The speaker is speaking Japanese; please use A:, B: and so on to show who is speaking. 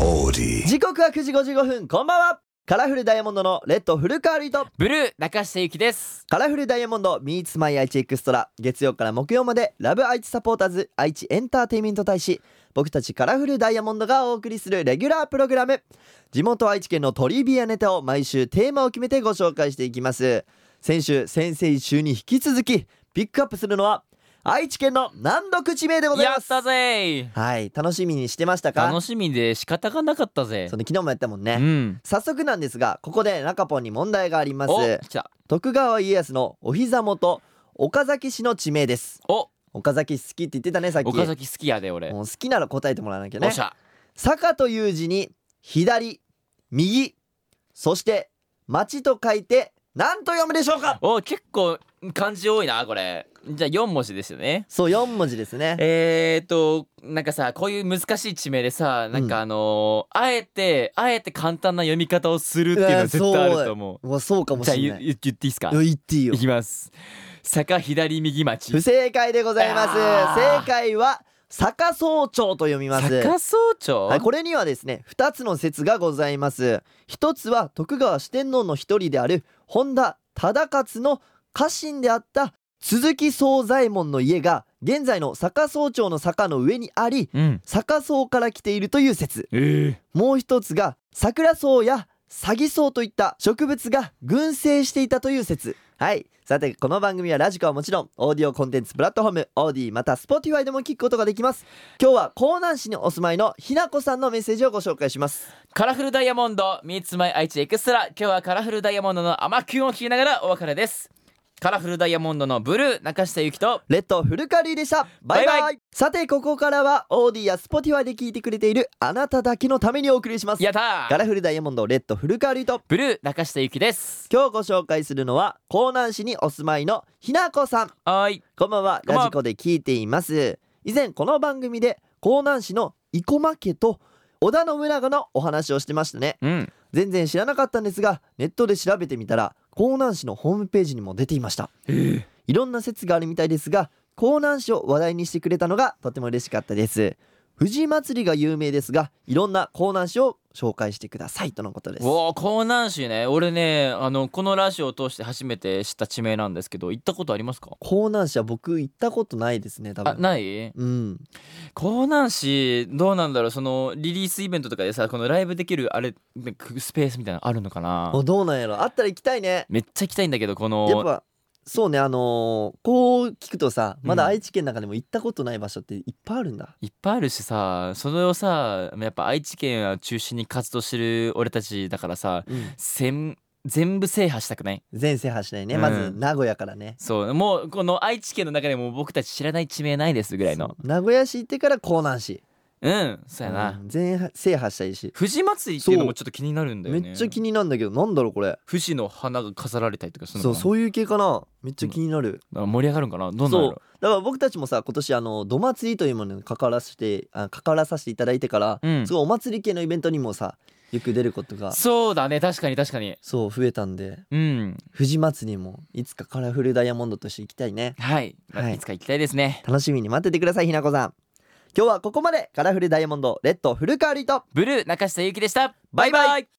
A: オーディ
B: 時刻は9時55分こんばんはカラフルダイヤモンドのレッドフルカーリーと
C: ブルー中下ゆきです
B: カラフルダイヤモンド Meets My 愛知エクストラ月曜から木曜までラブ愛知サポーターズ愛知エンターテイメント大使僕たちカラフルダイヤモンドがお送りするレギュラープログラム地元愛知県のトリビアネタを毎週テーマを決めてご紹介していきます先週先生週に引き続きピックアップするのは愛知県の難読地名でござい
C: や
B: ま
C: っ
B: す
C: たぜ
B: はい楽しみにしてましたか
C: 楽しみで仕方がなかったぜ
B: その昨日もやったもんね、
C: うん
B: 早速なんですがここで中ポンに問題がありま
C: お
B: す
C: 来た
B: 徳川家康のお膝元岡崎市の地名です
C: お
B: 岡崎市好きって言ってたねさっき
C: 岡崎好きやで俺
B: もう好きなら答えてもらわなきゃ
C: お
B: ね
C: っしゃ
B: 坂という字に左右そして町と書いて何と読むでしょうか
C: お結構漢字多いなこれじゃあ4文字ですよね
B: そう4文字ですね
C: えーとなんかさこういう難しい地名でさなんかあのーあえてあえて簡単な読み方をするっていうのは絶対あると思
B: うわそうか
C: う
B: も
C: じゃあ
B: しれ
C: 言
B: ない
C: 言言っていいですか
B: うん言っていいよ
C: いきます坂左右町
B: 不正解でございます
C: あー
B: 正解は坂総長と読みます
C: 坂総長、
B: はい、これにはですね2つの説がございます一つは徳川四天王の一人である本田忠勝の家臣であった鈴木宗左衛門の家が現在の坂総町の坂の上にあり
C: うん
B: 坂総から来ているという説
C: えー
B: もう一つが桜草やサギ草といった植物が群生していたという説はいさてこの番組はラジコはもちろんオーディオコンテンツプラットフォームオーディまた Spotify でも聞くことができます今日は江南市にお住まいのひなこさんのメッセージをご紹介します
C: カラフルダイヤモンド Meets My 愛知エクストラ今日はカラフルダイヤモンドの甘キュンを聞きながらお別れですカラフルダイヤモンドのブルー中下ゆきと
B: レッドフルカリーでしたバイバイ
C: バイバ
B: さてここからはオーディや Spotify で聞いてくれているあなただけのためにお送りします
C: やった
B: カ
C: ー
B: ラフルダイヤモンドレッドフルカリーと
C: ブルー中下ゆきです
B: 今日ご紹介するのは江南市にお住まいのひなこさん
C: はーい
B: こんばんは
C: こんばんは
B: ラジコで聞いています以前この番組で江南市の生駒家と織田信長のお話をしてましたね
C: うん
B: 全然知らなかったんですがネットで調べてみたら江南市のホームページにも出ていましたいろんな説があるみたいですが江南市を話題にしてくれたのがとても嬉しかったです藤祭りが有名ですがいろんな江南市を紹介してくださいとのことです
C: おお江南市ね俺ねあのこのラジオを通して初めて知った地名なんですけど行ったことありますか
B: 江南市は僕行ったことないですね多
C: あ
B: 分
C: ない
B: うん
C: 江南市どうなんだろうそのリリースイベントとかでさこのライブできるあれなんかスペースみたいなのあるのかな
B: おどうなんやろあったら行きたいね
C: めっちゃ行きたいんだけどこ
B: やっ
C: の
B: ぱそうねあのーこう聞くとさまだ
C: うん
B: 愛知県の中でも行ったことない場所っていっぱいあるんだ、
C: いっぱいあるしさそれをさやっぱ愛知県を中心に活動してる俺たちだからさ
B: うん
C: せん全部制覇したくない
B: 全制覇しないね、
C: うん
B: まず名古屋からね
C: そうもうこの愛知県の中でも僕たち知らない地名ないですぐらいの
B: そう名古屋市行ってから江南市
C: うんそうやな、
B: うん全制覇したいし、
C: 藤祭りっていうのもちょっと気になるんだよね
B: めっちゃ気
C: に
B: になるんだけどなんだろうこれ
C: 富士の花が飾られたりとかする
B: そう
C: のかな
B: そういう系かなめっちゃ気になる、
C: あ盛り上がるんかなどうなん
B: そ
C: だ
B: う
C: ろ
B: だから僕たちもさ今年あの土祭りというものに関わらせてあ関わらさせていただいてから、
C: ううん
B: すごいお祭り系のイベントにもさよく出ることが
C: そうだね確かに確かに
B: そう増えたんで
C: うん
B: 富士祭りもいつかカラフルダイヤモンドとして行きたいね
C: はい、
B: はい
C: い、つか行きたいですね
B: 楽しみに待っててくださいひなこさん今日はここまでカラフルダイヤモンドレッドフルカーリーと
C: ブルー中下ゆうきでしたバイバイ